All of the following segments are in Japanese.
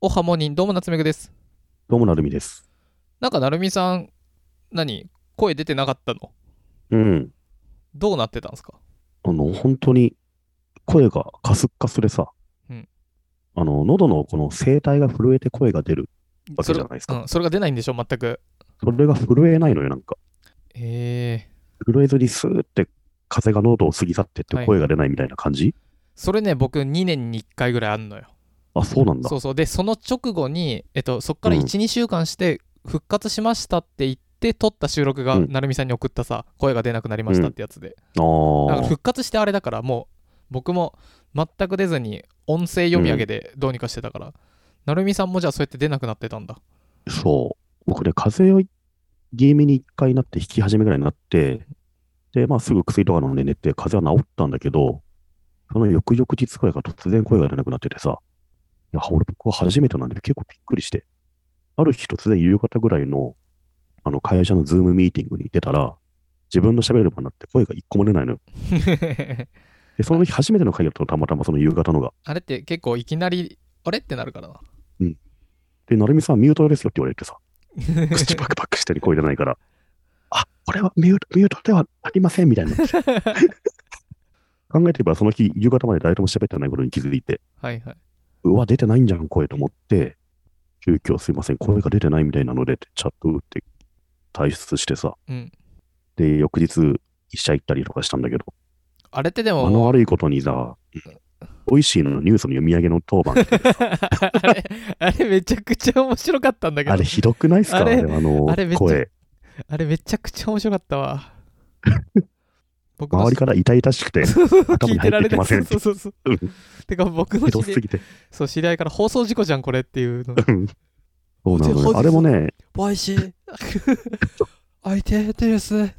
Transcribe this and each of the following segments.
おはモニンどうも夏目くですどうもなるみです。なんかなるみさん何声出てなかったのうん。どうなってたんですかあの、本当に、声がカスッカスでさ、うんあの、喉のこの声帯が震えて声が出るわけじゃないですそれ,、か。うん、それが出ないんでしょ全くそれが震えないのよ、なんか。えー、震えずにスーって風が喉を過ぎ去ってってはい声が出ないみたいな感じ、それね僕2年に1回ぐらいあんのよあ、そうなんだ。そうそうでその直後に、えっと、そっから12、週間して復活しましたって言って撮った収録が、うんなるみさんに送ったさ声が出なくなりましたってやつで、だからああ。復活してあれだからもう僕も全く出ずに音声読み上げでどうにかしてたから、なるみさんもじゃあそうやって出なくなってたんだそう。僕ね、風邪をゲームに一回なって、引き始めぐらいになって、で、まあ、すぐ薬とか飲んで寝て、風邪は治ったんだけど、その翌々日くらいから突然声が出なくなっててさ、いや、俺僕は初めてなんで結構びっくりして、ある日突然夕方ぐらいの、あの、会社のズームミーティングに出たら、自分の喋る場になって声が一個も出ないのよ。で、その日初めての会だったの、たまたまその夕方のが。あれって結構いきなり、あれってなるからな。で、成美さんミュートですよって言われてさ、 口パクパクしてる声出ないから、 あ、これはミュート、ミュートではありませんみ たいになって。考えてみれば、その日、夕方まで誰とも喋ってないことに気づいて、はいはい。うわ、出てないんじゃん、声と思って、急遽すいません、声が出てないみたいなので、ってチャット打って退出してさ、うん。で、翌日、医者行ったりとかしたんだけど、あれってであも、の悪いことにさ、美味しいのニュースの読み上げの当 番、あれ、あれめちゃくちゃ面白かったんだけど。あれひどくないっすかああれれあのあれめっちゃ声。あれめちゃくちゃ面白かったわ。僕の周りから痛々しくて、頭聞にいてら入れってきない。まそせ。うんそうそうそう。うんてか僕のひど知すりぎて。そう知り合いから放送事故じゃん、これっていう の。うんそうなの本日よ。あれもね、ボイシー。相手です。い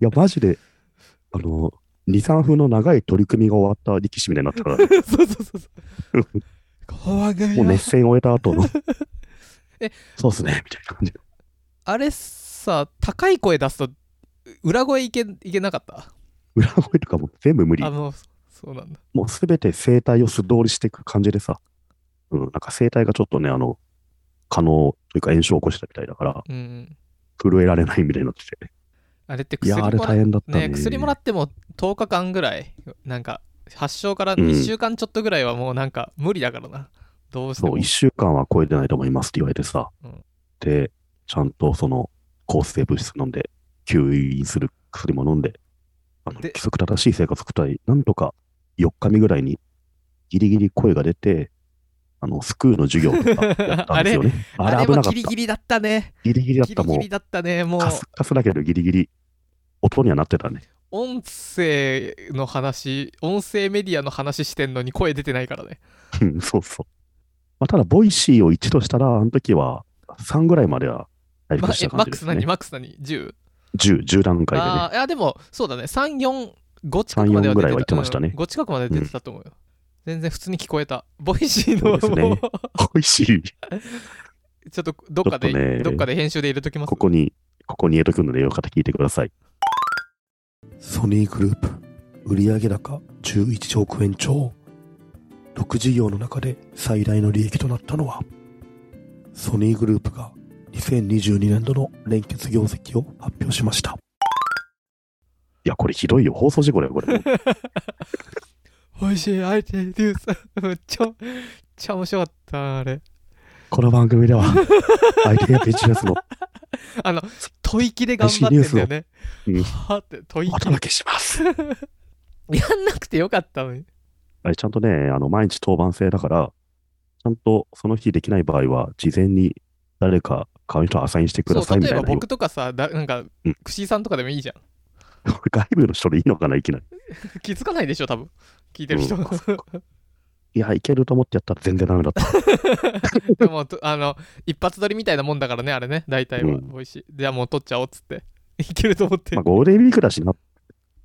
や、マジで、あの、二三分の長い取り組みが終わった力士みたいになったから、そうそうそうそう。この番組もうは熱戦終えた後の え、そうっすね、みたいな感じ。あれさ、高い声出すと裏声いけいけなかった。裏声とかも全部無理あ。のそうなんだもうすべて声帯を素通りしていく感じでさ、うん、なんか声帯がちょっとね、あの、可能というか炎症を起こしたみたいだから、うんうん震えられないみたいになってて。あれってい薬や、もあれら大変だったね。ね薬もらっても10日間ぐらいなんか発症から1週間ちょっとぐらいはもうなんか無理だからな、どうしてそもう、1週間は超えてないと思いますって言われてさ、うんで、ちゃんとその抗生物質飲んで、吸引する薬も飲んで、あので規則正しい生活を送ったり、なんとか4日目ぐらいにギリギリ声が出て、あのスクールの授業とかやったんですよね。あれ あれ危もなかっギリギた。ギリだったねリギリだっギたリギもリだったねもうう、カスカスだけどギリギリ、音にはなってたね。音声の話音声メディアの話してんのに声出てないからねうんそうそう。まあ、ただ、ボイシーを1としたら、あの時は3ぐらいまでは回ま復したえ感マじッでクスすね。何マックス何 10? 10, 10段階でね。あーいやでもそうだね345近くまでは3 4ぐ出てたらいは行ってましたねうん5近くまで出てたと思うよ、全然普通に聞こえたボイシーのそうですもねう美味しい。ちょっとどっかでちょっとねどっかで編集で入れときます。ここに、ここに江戸くんのよかった聞いてください。ソニーグループ売上高11億円超6事業の中で最大の利益となったのはソニーグループが2022年度の連結業績を発表しましたいや、これひどいよ。放送事故だよ、こ れ。美味しい相手デ ュース。めっちゃ、めっちゃ面白かった、あれ。この番組 では、相手やビジネ スのあの、吐息で頑張ってんだよね。美味しいニューはーって、吐息お。届けします。やんなくてよかったのに。あれ、ちゃんとね、あの、毎日当番制だから、ちゃんとその日できない場合は、事前に誰か代わりの人をアサインしてくだそさう、いみ例えばたいな。僕とかさ、だなんかうん、串井さんとかでもいいじゃん。 外部の人でいいのかな、いきなり。気づかないでしょ、多分。聞いてる人。うんそっかいや、いけると思ってやったら全然ダメだった。 でも、とあの、一発撮りみたいなもんだからね、あれね、大体は。うん美味しい。じゃあもう撮っちゃおうっつって。 いけると思ってまあ、。ゴールデンウィークだしな。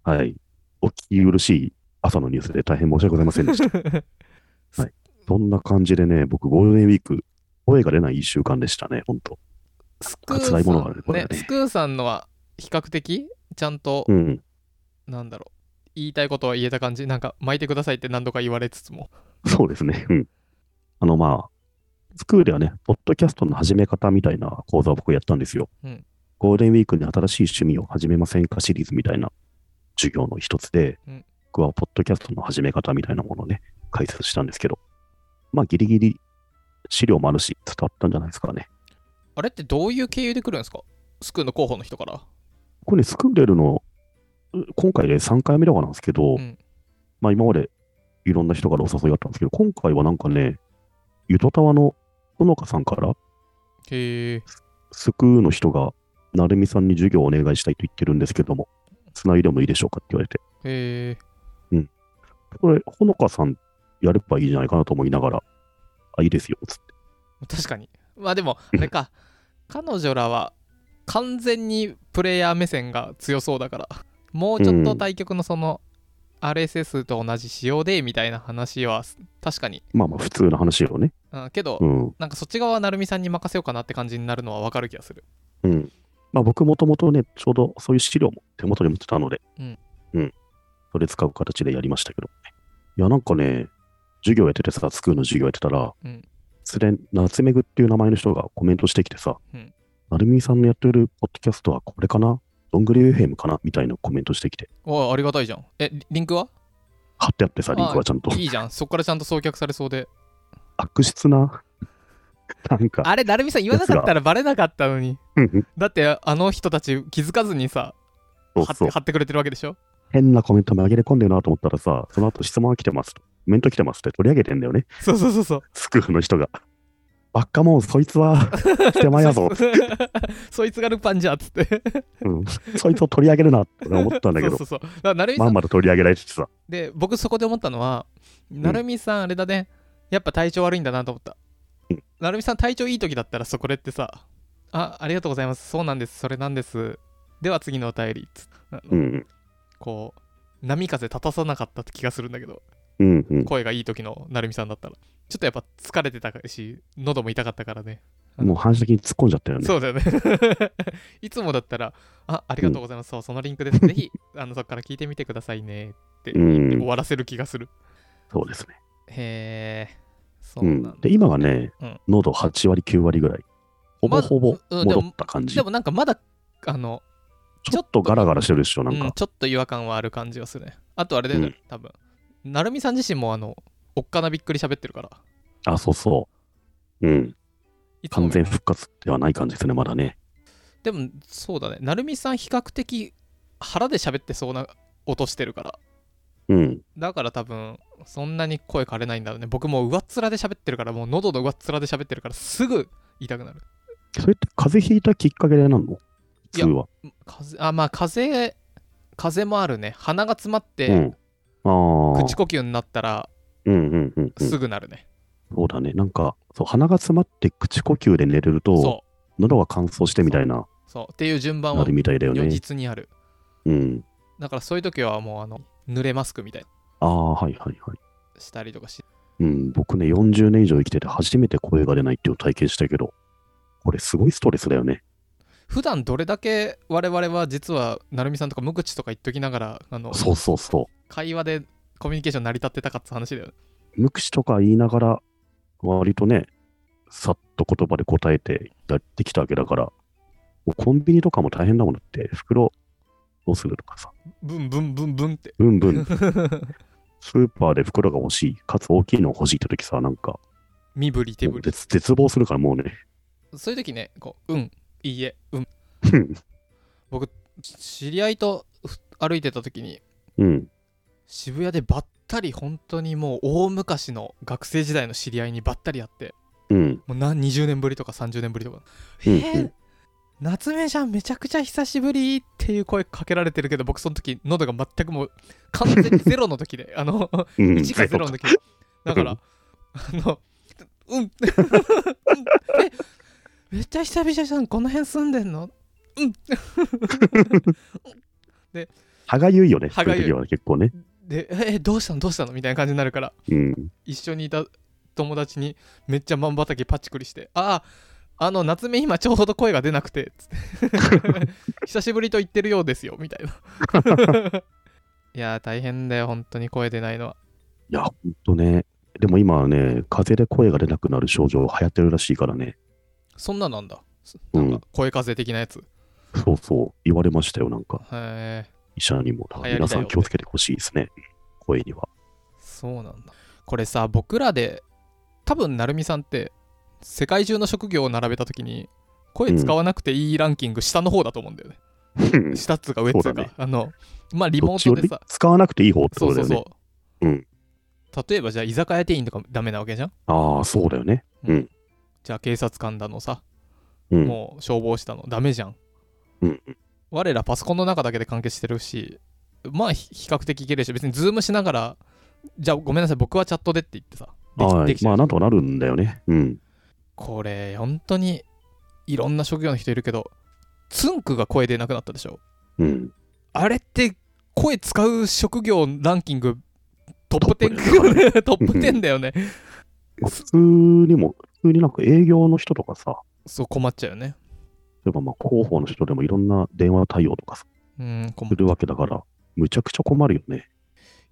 はい。お聞き苦しい朝のニュースで大変申し訳ございませんでした。そんな感じでね、僕、ゴールデンウィーク、声が出ない1週間でしたね、本当。スクー辛いものがあるねさこんれねはねスクーさんのは比較的ちゃんとうん。なんだろ う言いたいことは言えた感じなんか巻いてくださいって何度か言われつつもそうですね。うん。あの、まあ、スクールではね、ポッドキャストの始め方みたいな講座を僕やったんですよ。うんゴールデンウィークに新しい趣味を始めませんかシリーズみたいな授業の一つで、うん僕はポッドキャストの始め方みたいなものをね、解説したんですけど、まあ、ギリギリ資料もあるし、伝わったんじゃないですかね。あれってどういう経由で来るんですかスクールの候補の人から。これね、スクールの、う今回で3回目とかなんですけど、うんまあ、今までいろんな人からお誘いがあったんですけど、今回はなんかね、ゆとたわのほのかさんから、へえ。スクーの人が、なるみさんに授業をお願いしたいと言ってるんですけども、つないでもいいでしょうかって言われて、へえ。これ、ほのかさんやればいいじゃないかなと思いながら、あ、いいですよ、つって。確かに。まあで も、あれか。彼女らは完全にプレイヤー目線が強そうだから、もうちょっと対局のその RSS と同じ仕様でみたいな話は確かに。まあまあ、普通の話をね。うん、けどう、ん。なんかそっち側は成美さんに任せようかなって感じになるのはわかる気がする。うん。まあ、僕もともとね、ちょうどそういう資料も手元に持ってたので、うん。うん。それ使う形でやりましたけど、ね、いや、なんかね、授業やっててさ、スクールの授業やってたら、うんそれ、夏目ぐっていう名前の人がコメントしてきてさ、うんなるみさんのやってるポッドキャストはこれかなどんぐり FM かなみたいなコメントしてきて、おいありがたいじゃん。え、リリンクは貼ってあってさ、リンクはちゃんと。いいじゃん。そっからちゃんと送客されそうで。悪質な、 なん か、あれ、成美さん言わなかったらバレなかったのに。うんうんだって、あの人たち気づかずにさ、そう貼っそてう貼ってくれてるわけでしょ変なコメント紛れ込んでるなと思ったらさ、その後質問が来てますと、コメント来てますって取り上げてんだよね。そうそうそうそう。スクールの人が。ばっかもん、そい つは、手前やぞ。そ そいつがルパンじゃっつって。うん、そいつを取り上げるなって俺は思ったんだけどそ、うそうそう。だから成美さまん、んまと取り上げられててさ。で、僕そこで思ったのは、成美さん、あれだね、やっぱ体調悪いんだなと思ったうん。成美さん、体調いい時だったら、そこでってさ、あ、ありがとうございます。そうなんです。それなんです。では次のお便り。つあのうん、こう、波風立たさなかったって気がするんだけど、うん、うん。声がいい時の成美さんだったら。ちょっとやっぱ疲れてたし、喉も痛かったからね。もう反射的に突っ込んじゃったよね。そうだよね。 いつもだったら、あ、ありがとうございます。そう、そのリンクです。ぜひ、 あのそこから聞いてみてくださいね。う終ん、わらせる気がする。そうですね。へえ、そううなんだ。ん、で、今がね、うん喉8割、9割ぐらい。ほぼほぼまうんでも戻った感じ。でもなんかまだ、あの、ちょっとガラガラしてるでしょ、なんうんか。ちょっと違和感はある感じがするね。あとあれだよね、うん多分。なるみさん自身も、あの、おっかなびっくり喋ってるから。あ、そうそう。うん、いつも完全復活ではない感じですね、まだね。でも、そうだね。なるみさん、比較的腹で喋ってそうな音してるから。うん、だから多分そんなに声枯れないんだろうね僕もう上っ面で喋ってるからもう喉の上っ面で喋ってるからすぐ痛くなるそれって風邪ひいたきっかけでなの普い通やは。風あまあ風風もあるね鼻が詰まっうてん。ああ。口呼吸になったらうんうんうん、うん。すぐなるね、そうだね。なんか、そう鼻が詰まって口呼吸で寝れると、そう喉が乾燥してみたいな、そうっていう順番なはるみたいだよ如ね。実にあるうん。だからそういう時はもうあの濡れマスクみたいなああ、はいはいはい。したりとかしうん、僕ね、40年以上生きてて初めて声が出ないっていう体験したけど、これすごいストレスだよね。普段どれだけ我々は実は成美さんとか無口とか言っときながらあのそうそうそ会話でコミュニケーション成り立ってたかって話だよねう。無口とか言いながら、割とね、さっと言葉で答えてやってきたわけだから、もうコンビニとかも大変だもんだって、袋どうするとかさ、ブンブンブンブンってう んぶん、スーパーで袋が欲しい、かつ大きいのが欲しいって時さ、なんか、身振り手振り絶絶望するからもうね、 そういう時ね、こう、うん、いいえ、うん。うん僕、知り合いとふ歩いてた時に、うん。渋谷でばったり、本当にもう大昔の学生時代の知り合いにばったり会って、うん。もう何20年ぶりとか30年ぶりとか。うんえー夏目ちゃんめちゃくちゃ久しぶりっていう声かけられてるけど僕その時喉が全くもう完全にゼロの時であのうん。 1か0の時だからあのうん うんえめっちゃ久々じゃんこの辺住んでんのうん歯がゆいよね、歯がゆいそうう時はね結構ね。でええどうしたのどうしたのみたいな感じになるからうん。一緒にいた友達にめっちゃまんばたきパチクリしてあああの夏目今ちょうど声が出なくてつって久しぶりと言ってるようですよみたいないやー大変だよ本当に声出ないのはいや、ほんとね、でも今はね、風邪で声が出なくなる症状流行ってるらしいからね。そんななんだ。うなんんか、声風邪的なやつ。そうそう。言われましたよ、なんか。へえ、医者にも。流行りだよ皆さん気をつけてほしいですね。声に は。そうなんだ。これさ、僕らで、多分成美さんって、世界中の職業を並べたときに、声使わなくていいランキング下の方だと思うんだよね。下っつうか上っつそううだかね。あの、まあリどモっちーよトでりさ、使わなくていい方ってそこうとそだうよね。そう。うん例えばじゃあ居酒屋店員とかダメなわけじゃんああ、そうだよね。うんじゃあ警察官だのさ、うん。もう消防士だのダメじゃん。うん我らパソコンの中だけで完結してるし、まあひ比較的いけるでしょ。別にズームしながら、じゃあごめんなさい、僕はチャットでって言ってさ、できはでいき。ちゃまうあ、なんとかなるんだよね。うん。これ、本当にいろんな職業の人いるけど、つんくが声出なくなったでしょ。うん。あれって声使う職業ランキングトップ10トップくトップ10だよね。まあ普通にも、普通になんか営業の人とかさ、そう困っちゃうよね。例えばまあ広報の人でもいろんな電話対応とかさうん、困するるわけだから、むちゃくちゃ困るよね。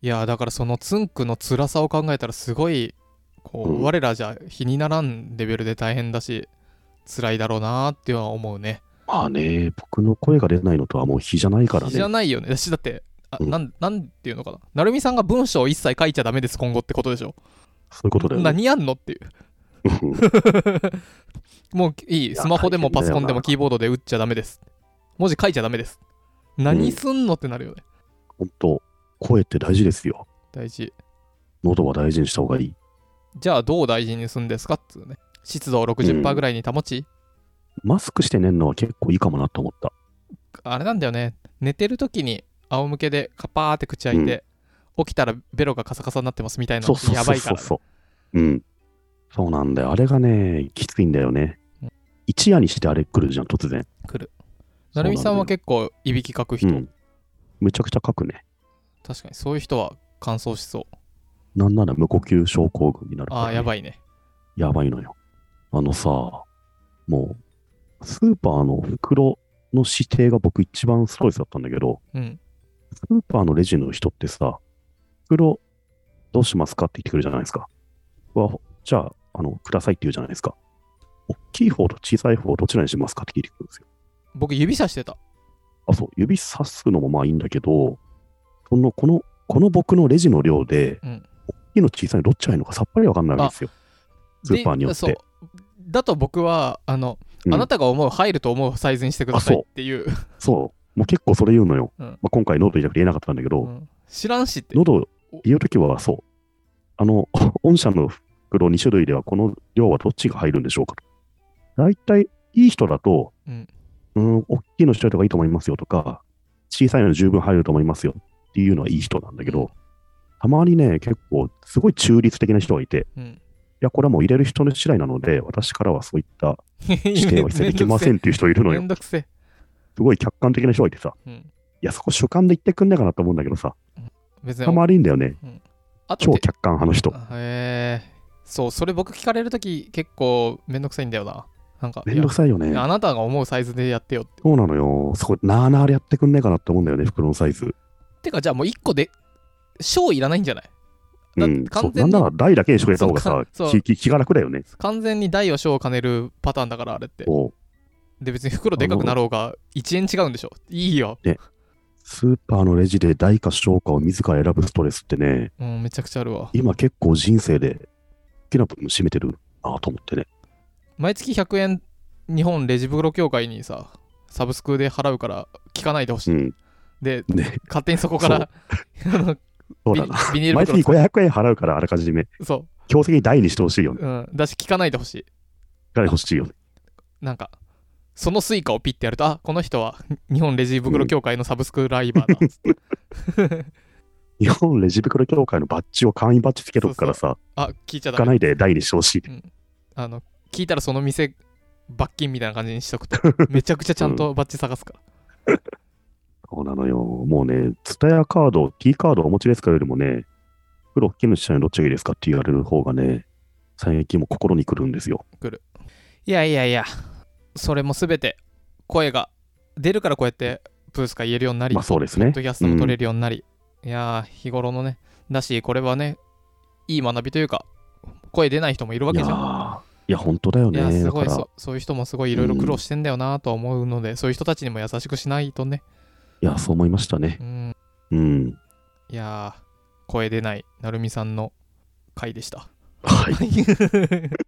いやだからそのつんくの辛さを考えたらすごいこう、うん我らじゃ比にならんレベルで大変だし辛いだろうなーっては思うねまあね、僕の声が出ないのとはもう比じゃないから比じゃね。ないよね私だってあ、うんなんなんていうのかな成美さんが文章を一切書いちゃダメです今後ってことでしょそういうことだよね。何やんのっていうもういいやスマホでも大変だパよなソコンでもキーボードで打っちゃダメです文字書いちゃダメです何すんのってなるよね、本当声って大事ですよ。大事喉は大事にした方がいい。じゃあどう大事にすんですかっつうね湿度を60%ぐらいに保ち、マスクして寝るのは結構いいかもなと思った。あれなんだよね寝てる時に仰向けでカパーって口開いて、起きたらベロがカサカサになってますみたいなそのうそうやそばういかそうらねそう。うん。そうなんだよ。あれがね、きついんだよねうん。一夜にしてあれ来るじゃん、突然。来るなるみさんは結構いびきかく人、うん。むちゃくちゃ書くね。確かにそういう人は乾燥しそうなんなら無呼吸症候群になるから、あね。あやばいねやばいのよ。あのさ、もう、スーパーの袋の指定が僕一番ストレスだったんだけど、うんスーパーのレジの人ってさ、袋どうしますかって言ってくるじゃないですか。うわ、じゃあ、あの、くださいって言うじゃないですか。大きい方と小さい方どちらにしますかって聞いてくるんですよ。僕指さしてたあ、そう、指さすのもまあいいんだけど、その、この、この僕のレジの量で、うん大きいの小さいのどっちがいいのかさっぱりわかんないわけですよ。スでーパーによってそうだと僕はあの、うんあなたが思う入ると思うサイズにしてくださいあそうっていうそう。もう結構それ言うのよ。うんまあ、今回喉痛くて言えなかったんだけど、うん知らんしって喉を言うときはそう。あの、 御社の袋2種類ではこの量はどっちが入るんでしょうかと。大体、いい人だと、うんうん、大きいの一人とかいいと思いますよとか、小さいの十分入ると思いますよっていうのはいい人なんだけど、たまにね、結構すごい中立的な人がいて、うんいや、これはもう入れる人の次第なので、私からはそういった指定はしてできませんっていう人いるのめ よん。どくせえすごい客観的な人がいてさ、めんどくせえ、うん、いや、そこ主観で言ってくんないかなと思うんだけどさ、別たにまにいいんだよね。あと超客観派の人。へえそうそれ僕聞かれるとき結構めんどくさいんだよななんかめんどくさいよいね。やあなたが思うサイズでやってよってそうなのよ。そこ、なーなーでやってくんねえかなって思うんだよね、袋のサイズ。てかじゃあもう1個で小いらないんじゃないだうってん。そ完うな全んになら台だけにしてくれた方がそうかさそう、気気気が楽だよね。完全に大を小を兼ねるパターンだからあれってこう、で別に袋でかくなろうが1円違うんでしょいいよ、スーパーのレジで台か小かを自ら選ぶストレスってね、うん、めちゃくちゃあるわ今結構人生で大きな部分占めてるなと思ってね。毎月100円日本レジ袋協会にさサブスクで払うから聞かないでほしい、うん。でね、勝手にそこからあのそうビだニな。ビニール毎袋月500円払うから、あらかじめ、そ強制的に台にしてほしいよね。う、うん、だし聞かないでほしい台欲しいよね。なんか、そのスイカをピッてやると、あこの人は日本レジ袋協会のサブスクライバー だっつって、日本レジ袋協会のバッジを簡易バッジつけとくからさ、あ聞いちゃ聞ダかメないで台にしてほしいね。あの。聞いたらその店、罰金みたいな感じにしとくと、めちゃくちゃちゃんとバッジ探すから。そうなのよ。もうね、ツタヤカード、T カードお持ちですかよりもね、プロ、キム社にどっちがいいですかって言われる方がね、最近も心に来るんですよ。いやいやいや、それもすべて、声が出るからこうやってプースカ言えるようになり、まあそうですねポッドキャストも取れるようになり、いやー、日頃のね、だし、これはね、いい学びというか、声出ない人もいるわいけやじゃん。ーいや、本当だよいね。や、すだごかいら、いそ、そういう人もすごいいろいろ苦労してんだよなとは思うので、そういう人たちにも優しくしないとね。や、そう思いましたね。うん。うん。いやー、声出ない、なるみさんの回でした。 はい。